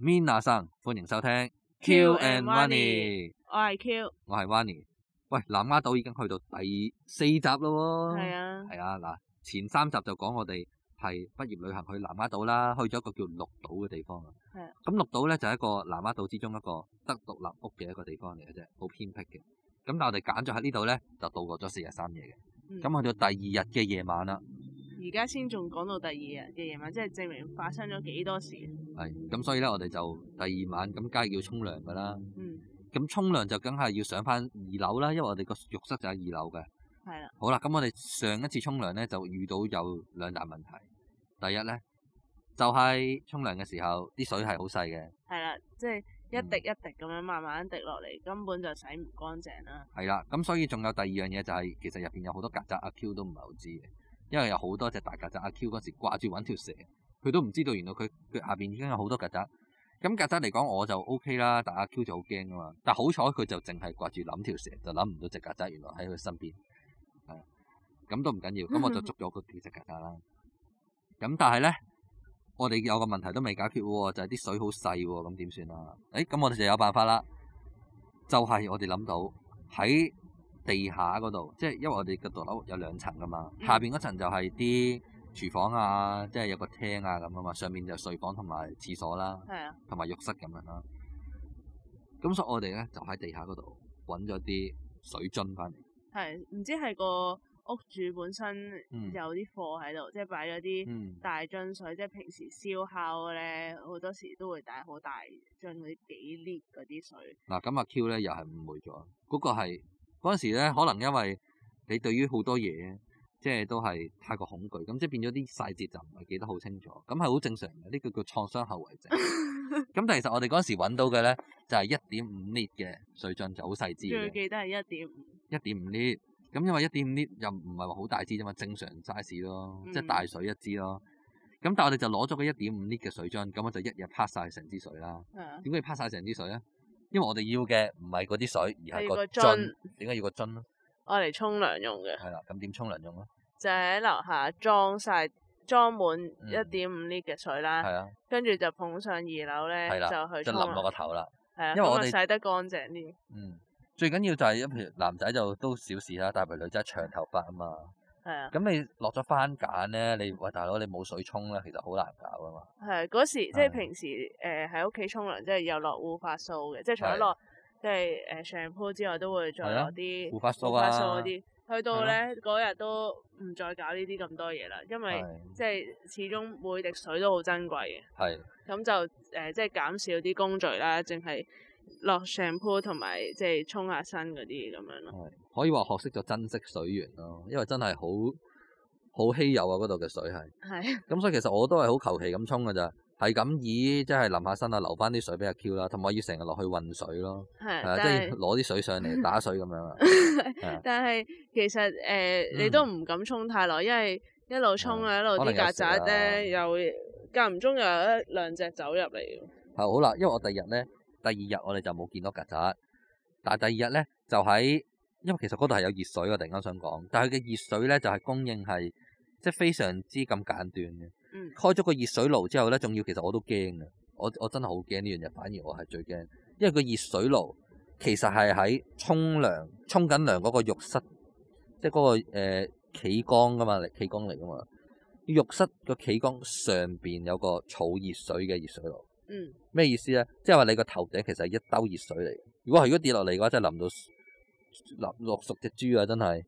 Minna 生，歡迎收聽 Q Q and and Wanny，我係 Q，我係 Wanny。喂，南丫島已經去到第四集咯喎。係啊，係啊，嗱，前三集就講我哋係畢業旅行去南丫島啦，去咗一個叫綠島嘅地方啊。係啊。咁綠島咧就係一個南丫島之中一個得獨立屋嘅一個地方嚟嘅啫，好偏僻嘅。咁但我哋揀咗喺呢度咧，就度過咗四日三夜嘅。嗯咁啊去到第二日嘅夜晚啦，而家先仲講到第二日嘅夜晚，即係證明發生咗幾多事。係咁，所以咧我哋就第二晚咁，梗係要沖涼噶啦。嗯，咁沖涼就梗係要上翻二樓啦，因為我哋個浴室就喺二樓嘅。係啦，好啦，咁我哋上一次沖涼咧就遇到有兩大問題。第一咧就係沖涼嘅時候啲水係好細嘅，係啦，即係一嗯滴一滴咁樣慢慢滴落嚟，根本就洗唔乾淨啦。係啦。咁所以仲有第二樣嘢就係、其實入邊有好多曱甴，阿 Q 都唔係好知嘅，因為有好多隻大曱甴，阿 Q 嗰時掛住揾條蛇，佢都唔知道原來佢佢下邊已經有好多曱甴。咁曱甴嚟講我就 O、k 啦，但阿 Q 就好驚噶嘛。但好彩佢就淨係掛住諗條蛇，就諗唔到隻曱甴原來喺佢身邊。係啊咁都唔緊要，咁我就捉咗嗰幾隻曱甴啦。咁但係咧，我哋有個問題都未解決喎，就係、啲水好細喎，咁點算啊？誒、咁我哋就有辦法啦，就係、我哋諗到喺地下嗰度，即係因為我哋嘅獨樓有兩層噶嘛，嗯下邊嗰層就係啲廚房啊，即係有個廳啊咁啊嘛，上面就睡房同埋廁所啦。係啊，同埋浴室咁樣啦。咁所以我哋咧就喺地下嗰度揾咗啲水樽翻嚟，係唔知係個屋主本身嗯有啲貨喺度，即係擺咗啲嗯，大樽水，即係平時燒烤咧，好多時都會帶好大樽嗰啲幾 l 嗰啲水。嗱咁阿 Q 咧又係誤會咗，嗰、個係嗰陣時咧，可能因為你對於好多嘢即係都係太過恐懼，咁即係變咗啲細節就唔係記得好清楚，咁係好正常嘅，呢、個叫創傷後遺症。咁但係其實我哋嗰陣時揾到嘅咧就係一點五 lit 嘅水樽，就好細支最嘅。記得係一點五，一點五 lit，咁因為一點五 lit 又唔係話好大支啫嘛，正常 size 咯，即係嗯大水一支咯。咁但係我哋就攞咗個一點五 lit 嘅水樽，咁我就一日拍晒成支水啦。係啊，點解要拍晒成支水咧？因為我哋要嘅唔係嗰啲水，而係係個個樽樽。點解要個樽咧？我嚟沖涼用嘅。係啦，咁點沖涼用啊咧？就喺樓下裝晒裝滿嗯一點五 lit 嘅水啦，係啊，跟住就捧上二樓咧係啦就去就沖淋落個涼，頭啦。係啊，因為咁我啊哋洗得乾淨啲，嗯，最緊要就係譬如男仔就都小事啦，但係譬如女仔長頭髮啊嘛。係啊，咁你落咗番梘咧，你喂大佬你冇水沖咧，其實好難搞噶嘛。係嗰時即係係平時誒喺屋企沖涼，即係有落護髮素嘅，即係除咗係落即係誒 shampoo 之外，都會再係啊落啲護髮素護髮素啊嗰，啲。去到咧嗰日都唔再搞呢啲咁多嘢啦，因為係即係始終每滴水都好珍貴嘅。係。咁就誒、呃即係減少啲工序啦，淨係落 shampoo 同埋即係沖下身嗰啲咁樣咯。係可以話學識咗珍惜水源咯，因為真係好好稀有啊！嗰度嘅水係，係咁所以其實我都係好求其咁沖㗎咋，係咁以即係淋下身啊，留翻啲水俾阿 Q 啦，同埋要成日落去運水咯，係，係啊但即係係攞啲水上嚟打水咁樣啊，係啊 但係其實誒、呃你都唔敢沖太耐，因為一路沖啊，一路嗯可能啲有啊曱甴蛇咧又會間唔中又有一兩隻走入嚟嘅。係啊好啦，因為我第二日咧，第二日我哋就冇見到曱甴，但係第二日咧就喺，因為其實嗰度係有熱水，我突然間想講，但係佢嘅熱水咧就係供應係即係非常之咁簡短嘅。嗯開咗個熱水爐之後咧，仲要其實我都驚嘅，我我真係好驚呢樣嘢，反而我係最驚，因為個熱水爐其實係喺沖涼、沖緊涼嗰個浴室，即係嗰、個、呃、企缸噶嘛，企缸嚟噶嘛，浴室個企缸上邊有個儲熱水嘅熱水爐。嗯，咩意思咧？即係話你個頭頂其實係一兜熱水嚟嘅。如果係如果跌落嚟嘅話，真係淋到 s- 淋落熟只豬啊！真係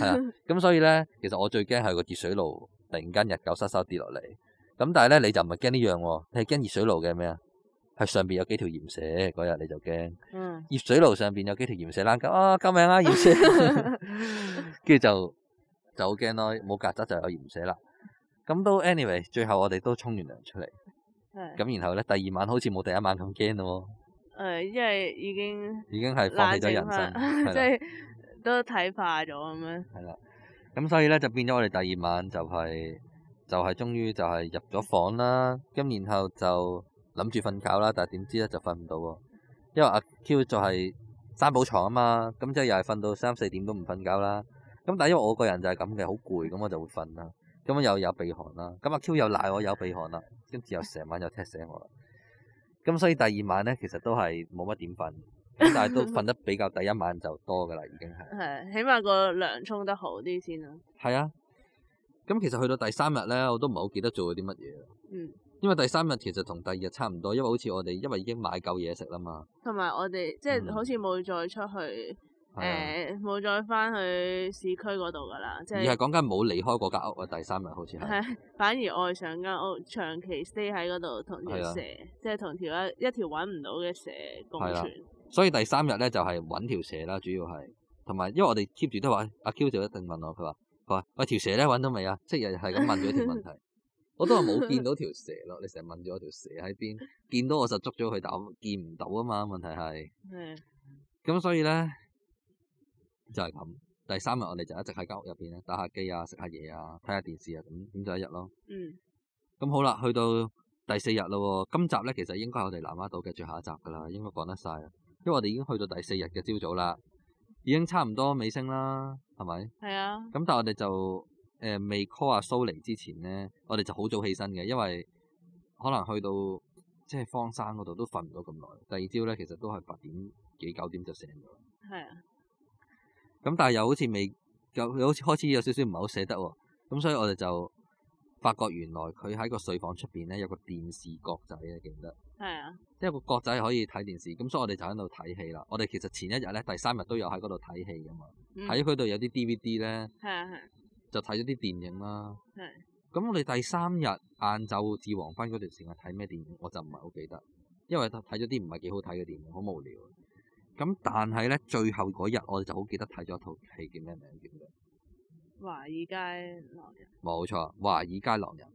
係啊。咁所以咧，其實我最驚係個熱水爐突然間日久失修跌落嚟。咁但係咧，你就唔係驚呢樣喎，你係驚熱水爐嘅咩啊？係上邊有幾條鹽蛇嗰日你就驚。嗯，熱水爐上邊有幾條鹽蛇躝緊啊！救命啊！鹽蛇，跟住就就好驚咯，冇曱甴就有鹽蛇啦。咁都 anyway，最後我哋都沖完涼出嚟。係誒、咁然後咧，第二晚好似冇第一晚咁驚咯因為已經喎，已經係放冷棄咗靜人翻，生， 即係啦，係都睇化咗咁樣。係啦。咁所以咧就變咗我哋第二晚就係、就係、終於就係入咗房啦。咁然後就諗住瞓覺啦，但係點知咧就瞓唔到喎，因為阿 Q 就係三寶床啊嘛，咁即係又係瞓到三四點都唔瞓覺啦。咁但係因為我個人就係咁嘅，好攰，咁我就會瞓啦。咁又有鼻鼾啦，咁阿 Q 又賴我有鼻鼾啦，跟住又成晚又踢醒我啦。咁所以第二晚咧，其實都係冇乜點瞓，咁但係都瞓得比較第一晚就多噶啦，已經係。係，起碼個涼沖得好啲先啦。係啊，咁其實去到第三日咧，我都唔係好記得做咗啲乜嘢啦，嗯，因為第三日其實同第二日差唔多，因為好似我哋因為已經買夠嘢食啦嘛，同埋我哋即係嗯好似冇再出去，係啊誒冇再翻去市區嗰度噶啦，即而係係講緊冇離開嗰間屋啊，第三日好似係。係 反而愛上間屋，長期 stay 喺嗰度同條係啊蛇，即係同條一一條揾唔到嘅蛇共係啦存。所以第三日咧就係揾條蛇啦，主要係同埋，因為我哋 keep 住都話，阿 Q 就一定問我，佢話佢話喂條蛇咧揾到未啊？即係日日係咁問咗條問題，我都話冇見到條蛇咯。你成日問住我條蛇喺邊，見到我就捉咗佢，但我見唔到啊嘛。問題係係咁，所以咧就係咁。第三日我哋就一直喺間屋入邊咧打下機啊，食下嘢啊，睇下電視啊，咁咁就一日咯。嗯，咁好啦，去到第四日咯喎，今集咧其實應該係我哋南丫島嘅最後一集噶啦，應該講得晒啦，因為我哋已經去到第四日嘅朝早啦，已經差唔多尾聲啦，係咪？係啊，咁但係我哋就誒、呃未 call 阿蘇嚟之前咧，我哋就好早起身嘅，因為可能去到即係荒山嗰度都瞓唔到咁耐，第二朝咧其實都係八點幾九點就醒咗。係啊，咁但係又好似未夠，又好似開始有少少唔係好捨得喎。咁所以我哋就發覺原來佢喺個睡房出邊咧有個電視角仔啊，記唔得？係啊，即係個角仔可以睇電視，咁所以我哋就喺度睇戲啦。我哋其實前一日咧，第三日都有喺嗰度睇戲噶嘛。嗯喺嗰度有啲 DVD 咧，係啊，係就睇咗啲電影啦。係。咁我哋第三日晏晝至黃昏嗰段時間睇咩電影，我就唔係好記得，因為睇咗啲唔係幾好睇嘅電影，好無聊。咁但係咧，最後嗰日我哋就好記得睇咗一套戲，叫咩名？記唔記得？華爾街狼人，冇錯，華爾街狼人。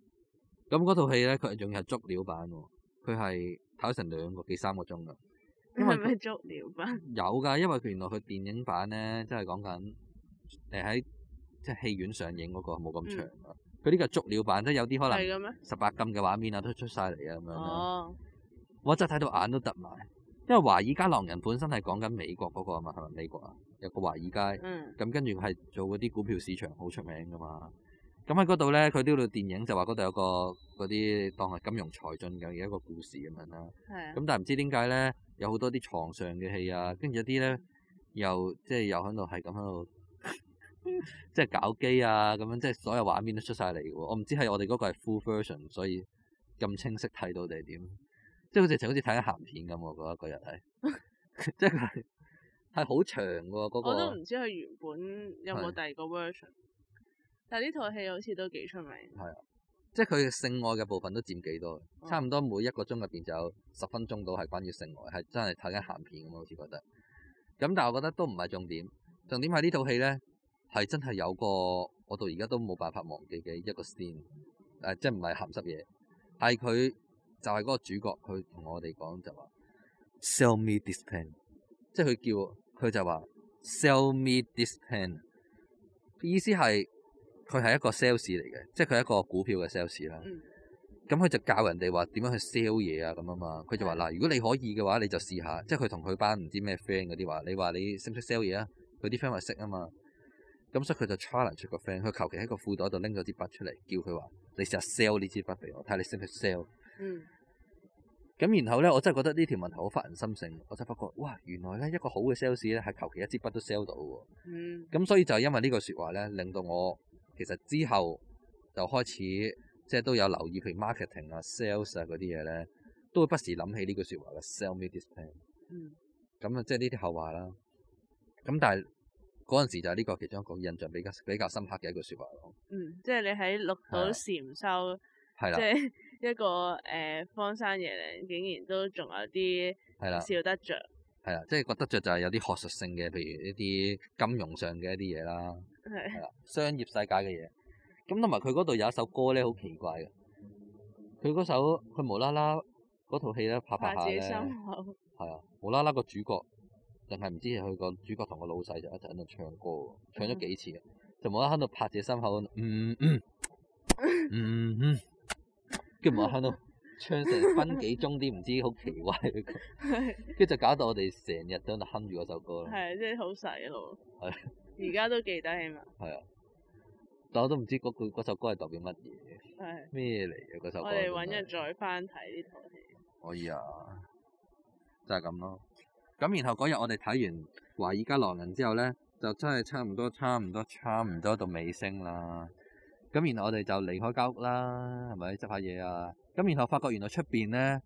咁嗰套戲咧，佢仲要係足料版喎，佢係睇成兩個幾三個鐘㗎。因為係咪足療班？有㗎，因為佢原來佢電影版咧，即係講緊誒喺即係戲院上映嗰個冇咁長啊。佢呢個係足料版，即係有啲可嗯係能嘅咩？十八禁嘅畫面啊，都出晒嚟啊咁樣啦。哦，我真係睇到眼都突埋，因為華爾街狼人本身係講緊美國嗰個啊嘛，係咪美國啊？有個華爾街。嗯，咁跟住係做嗰啲股票市場好出名噶嘛。咁喺嗰度咧，佢呢度電影就話嗰度有個嗰啲當係金融財進嘅一個故事咁樣啦。係啊，咁但係唔知點解咧，有好多啲床上嘅戲啊，跟住有啲咧又即係又喺度係咁喺度， 即係搞基啊咁樣，即係所有畫面都出晒嚟嘅喎。我唔知係我哋嗰個係 full version，所以咁清晰睇到定係點？即係好似好似睇緊鹹片咁，我覺得嗰日係， 即係佢係係好長嘅喎嗰個。我都唔知佢原本有係冇第二個 version，但係呢套戲好似都幾出名。即係佢嘅性愛嘅部分都佔幾多嗯差唔多每一個鐘入邊就有十分鐘到係關於性愛，係真係睇緊鹹片咁好似覺得。咁但係我覺得都唔係重點，重點係呢套戲咧係真係有個我到而家都冇辦法忘記嘅一個 scene，誒、即係唔係鹹濕嘢，係佢就係嗰個主角，佢同我哋講就話 sell me this pen，即係佢叫佢就話 sell me this pen，意思係佢係一個 sales 嚟嘅，即係佢係一個股票嘅 sales 啦。嗯，咁佢就教人哋話點樣去 sell 嘢啊咁啊嘛，佢就話嗱，如果你可以嘅話，你就試下，即係佢同佢班唔知咩 friend 嗰啲話，你話你識唔識 sell 嘢啊？佢啲 friend 話識啊嘛，咁所以佢就 challenge 出個 friend，佢求其喺個褲袋度拎咗支筆出嚟，叫佢話你試下 sell 呢支筆俾我，睇下你識唔識 sell。嗯，咁然後咧，我真係覺得呢條問題好發人深省，我就發覺哇，原來咧一個好嘅 sales 咧係求其一支筆都 sell 到喎。嗯，咁所以就因為呢句説話咧，令到我其實之後就開始即係都有留意，譬如 marketing 啊、sales 啊嗰啲嘢咧，都會不時諗起呢句説話嘅 sell me this plan。嗯，咁啊，即係呢啲後話啦。咁但係嗰陣時就係呢個其中一個印象比較比較深刻嘅一句説話咯。嗯，即係你喺綠係啊島禪修，係 即啦，係一個誒荒山野嶺，竟然都仲有啲係啦，笑得着。係啦，即係覺得着就係有啲學術性嘅，譬如一啲金融上嘅一啲嘢啦。係係啦，商業世界嘅嘢。咁同埋佢嗰度有一首歌咧，好奇怪嘅。佢嗰首佢無啦啦嗰套戲咧拍拍拍下自咧，己心係口，啊，無啦啦個主角，定係唔知係佢個主角同個老細就一直喺度唱歌喎，唱咗幾次嘅，就無啦啦喺度拍自己心口，嗯嗯嗯嗯，跟住無啦啦喺度唱成分幾鐘啲，唔知好奇怪嘅歌，係跟住就搞到我哋成日都喺度哼住嗰首歌咯。係即係好洗腦。哦係而家都記得起碼係啊，但我都唔知嗰句嗰首歌係代表乜嘢。係。咩嚟嘅嗰首歌？我哋真揾係日再翻睇呢套戲。可以啊，就係咁咯。咁然後嗰日我哋睇完華爾街狼人之後咧，就真係差唔多、差唔多、差唔多到尾聲啦。咁然後我哋就離開間屋啦，係咪執下嘢啊？咁然後發覺原來出邊咧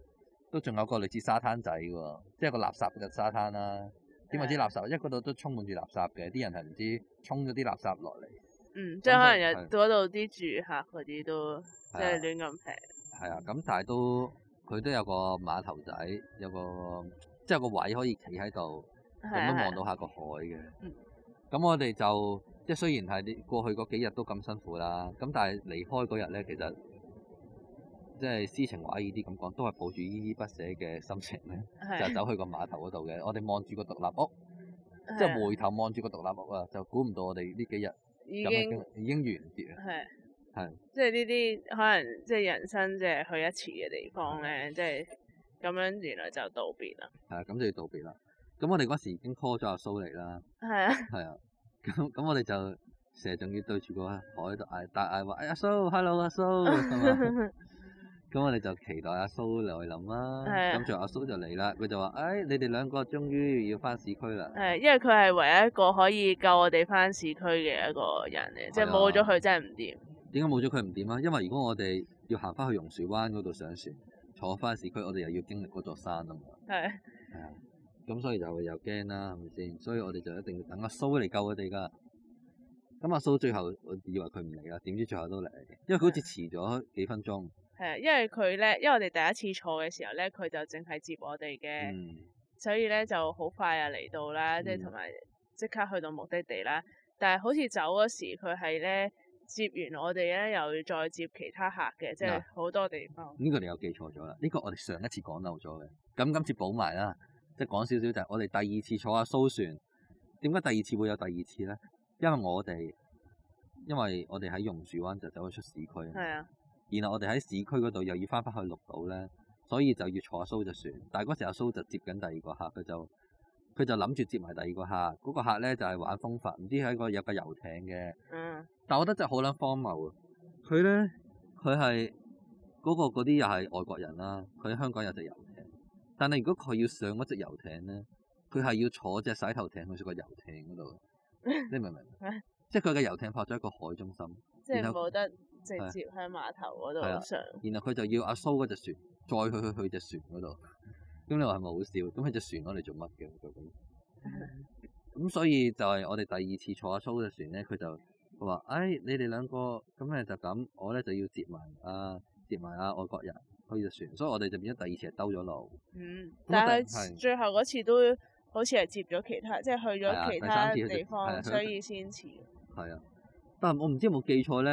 都仲有個類似沙灘仔嘅喎，即係個垃圾嘅沙灘啦。點為之垃圾？因為嗰度都充滿住垃圾嘅，啲人係唔知沖咗啲垃圾落嚟。嗯，即係可能有係嗰度啲住客嗰啲都即係啊係亂咁平。係啊，咁但係都佢都有個碼頭仔，有個即係有個位可以企喺度，係咁啊都望係啊到下個海嘅嗯。咁我哋就即係雖然係你過去嗰幾日都咁辛苦啦，咁但係離開嗰日咧，其實即係詩情畫意啲咁講，都係抱住依依不捨嘅心情咧，係就走去個碼頭嗰度嘅。我哋望住個獨立屋，啊即係回頭望住個獨立屋啊，就估唔到我哋呢幾日已咁嘅經經歷已經完結啊啦。係係即係呢啲可能即係人生即係去一次嘅地方咧，即係咁樣原來就道別啦。係啊，咁就要道別啦。咁我哋嗰時已經 call 咗阿蘇嚟啦。係啊，係啊，咁咁我哋就成日仲要對住個海度嗌，大嗌話：哎阿蘇，hello 阿蘇，咁 啊咁我哋就期待阿蘇來臨啦。係啊咁最後阿蘇就嚟啦，佢就話：哎，你哋兩個終於要翻市區啦。係啊因為佢係唯一一個可以救我哋翻市區嘅一個人嚟，即係係啊冇咗佢真係唔掂。點解冇咗佢唔掂啊？因為如果我哋要行翻去榕樹灣嗰度上船，坐翻市區，我哋又要經歷嗰座山啊嘛。係係啊，咁所以就又驚啦，係咪先？所以我哋就一定要等阿蘇嚟救我哋噶。咁阿蘇最後我以為佢唔嚟啦，點知最後都嚟，因為佢好似遲咗幾分鐘。係啊，因為佢咧，因為我哋第一次坐嘅時候咧，佢就淨係接我哋嘅，嗯，所以咧就好快啊嚟到啦，即係嗯同埋即刻去到目的地啦。但係好似走嗰時，佢係咧接完我哋咧，又要再接其他客嘅，即係嗱好多地方。呢個你又記錯咗啦，呢個我哋上一次講漏咗嘅，咁今次補埋啦，即係講少少就係我哋第二次坐阿蘇船，點解第二次會有第二次咧？因為我哋因為我哋喺榕樹灣就走咗出市區。係啊，然後我哋喺市區嗰度又要翻返去綠島咧，所以就要坐阿蘇隻船。但係嗰時阿蘇就接緊第二個客，佢就佢就諗住接埋第二個客。嗰、個客咧就係、玩風帆，唔知喺個有個遊艇嘅。嗯，但我覺得真係好撚荒謬啊！佢咧佢係嗰個嗰啲又係外國人啦，佢喺香港有隻遊艇，但係如果佢要上嗰隻遊艇咧，佢係要坐隻洗頭艇去個遊艇嗰度，你明唔明？即係佢嘅遊艇泊咗喺個海中心。即係然後冇得直係接喺碼頭嗰度係啊上。然後佢就要阿蘇嗰只船載佢去佢只船嗰度。咁你話係咪好笑？咁佢只船攞嚟做乜嘅？佢咁。咁所以就係我哋第二次坐阿蘇嘅船咧，佢就佢話：，唉、你哋兩個咁咧就咁，我咧就要接埋啊，接埋啊外國人去只船，所以我哋就變咗第二次係兜咗路。嗯，咁但我第係係最後嗰次都好似係接咗其他，即係去係咗啊其第他三次佢就地係啊方，佢所以先遲。係啊，但係我唔知有冇記錯咧，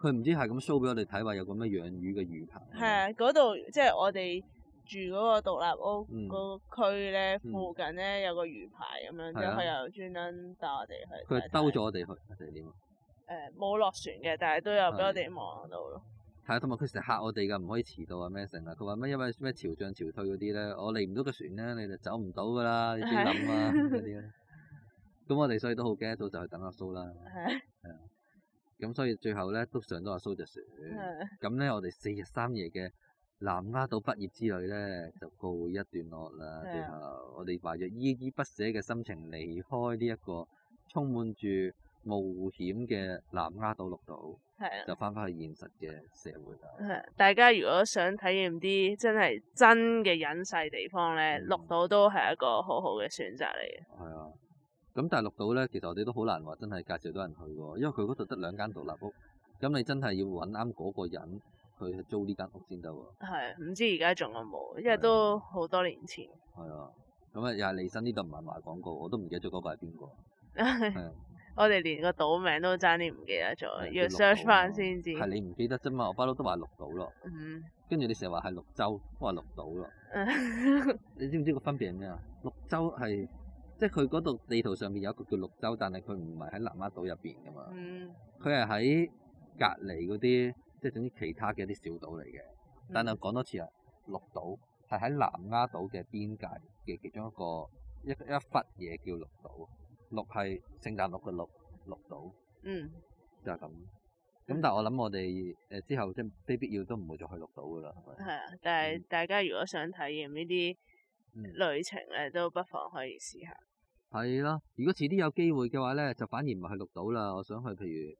佢唔知係咁 show 俾我哋睇話有個咩養魚嘅魚棚。係啊，嗰度即係我哋住嗰個獨立嗯屋嗰個區咧，嗯附近咧有個魚排咁樣，即係係啊佢又專登帶我哋去。佢係兜咗。我哋去定係點啊？誒，冇落船嘅，但係都有俾係我哋望到咯。係啊，同埋佢成日嚇我哋㗎，唔可以遲到啊咩成啊！佢話咩因為咩潮漲潮退嗰啲咧，我嚟唔到個船咧，你就走唔到㗎啦，你自己諗啦嗰啲咧。咁我哋所以都好驚，一早就去等阿蘇啦。係啊咁所以最後咧都上到阿蘇隻船。係咁咧我哋四日三夜嘅南丫島畢業之旅咧就告一段落啦。係啊最後我哋懷着依依不捨嘅心情離開呢一個充滿住冒險嘅南丫島綠島， 係啊。就翻返去現實嘅社會啦。係大家如果想體驗啲真係真嘅隱世地方咧，嗯綠島都係一個好好嘅選擇嚟嘅。係啊，咁但係綠島咧，其實我哋都好難話真係介紹到人去喎，因為佢嗰度得兩間獨立屋，咁你真係要揾啱嗰個人去租呢間屋先得喎。係唔知而家仲有冇，因為係都好多年前。係啊，咁啊又係利申呢度唔係賣廣告，我都唔記得咗嗰個係邊個。係啊我哋連個島名都爭啲唔記得咗，係要叫綠 search 島翻啊先知。係你唔記得啫嘛，我不嬲都話綠島咯，嗯，跟住你成日話係綠洲，我話綠島咯。嗯你知唔知個分別係咩啊？綠洲係即係佢嗰度地圖上面有一個叫綠洲，但係佢唔係喺南丫島入邊噶嘛， 嗯，佢係喺隔離嗰啲即係總之其他嘅一啲小島嚟嘅。但嗯係講多次啊，綠島係喺南丫島嘅邊界嘅其中一個一一忽嘢叫綠島，綠係聖誕綠嘅綠，綠島嗯，就係咁。咁但係我諗我哋誒之後即係非必要都唔會再去綠島噶啦，係咪？係啊，但係嗯大家如果想體驗呢啲嗯旅程咧，都不妨可以試下。係啦，如果遲啲有機會嘅話咧，就反而唔係去綠島啦，我想去譬如，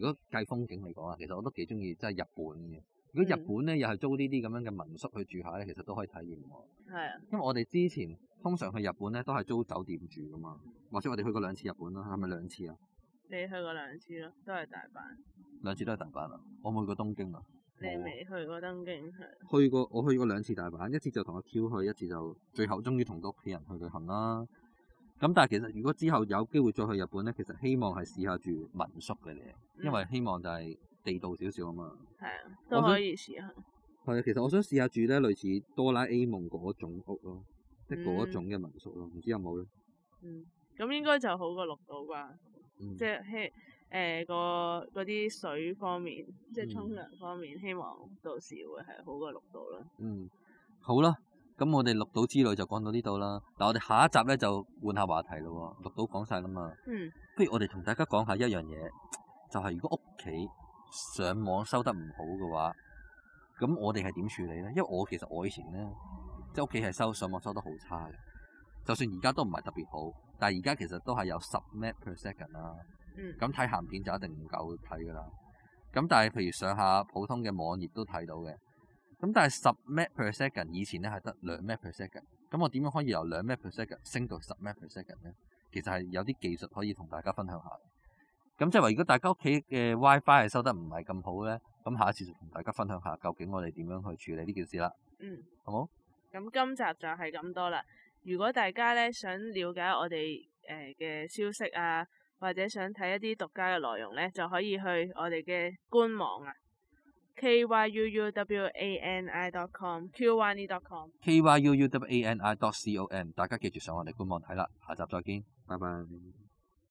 如果計風景嚟講啊，其實我都幾中意即係日本嘅。如果日嗯本咧又係租呢啲咁樣嘅民宿去住下咧，其實都可以體驗喎。係啊，因為我哋之前通常去日本咧都係租酒店住噶嘛，或者我哋去過兩次日本啦，係咪兩次啊？你去過兩次咯，都係大阪。兩次都係大阪啊，我冇去過東京啊。你冇啊未去過東京係去過，我去過兩次大阪，一次就同阿 Q 去，一次就最後終於同到屋企人去旅行啦。咁但係其實如果之後有機會再去日本咧，其實希望係試下住民宿嘅嘢，嗯因為希望就係地道少少啊嘛。係啊，我都想可以試下。係啊，其實我想試下住咧類似哆啦 A 夢嗰種屋咯，即係嗰嗯種嘅民宿咯，唔知有冇咧？嗯，咁應該就好過綠島吧，嗯即係希誒個嗰啲水方面，即係沖嗯涼方面，希望到時會係好過綠島啦。嗯，好啦，咁我哋綠島之旅就講到呢度啦。嗱，我哋下一集咧就換下話題咯喎。綠島講晒啦嘛，嗯，不如我哋同大家講下一樣嘢，就係、如果屋企上網收得唔好嘅話，咁我哋係點處理咧？因為我其實我以前咧，即係屋企係收上網收得好差嘅，就算而家都唔係特別好，但係而家其實都係有十 Mbps per second 啦。嗯咁睇鹹片就一定唔夠睇噶啦。咁但係譬如上下普通嘅網頁都睇到嘅。咁但係十 m per second 以前咧係得兩 m per second。咁我點樣可以由兩 m per second 升到十 m per second 咧？其實係有啲技術可以同大家分享下。咁即係話，如果大家屋企嘅 WiFi 係收得唔係咁好咧，咁下一次就同大家分享下究竟我哋點樣去處理呢件事啦，嗯。好冇？咁今集就係咁多啦。如果大家咧想了解我哋誒嘅消息啊，或者想睇一啲獨家嘅內容咧，就可以去我哋嘅官網啊，kyuuwani.com，qyani.com。 k y u u w a n i dot c o m，大家記住上我哋官網睇啦。下集再見，拜拜。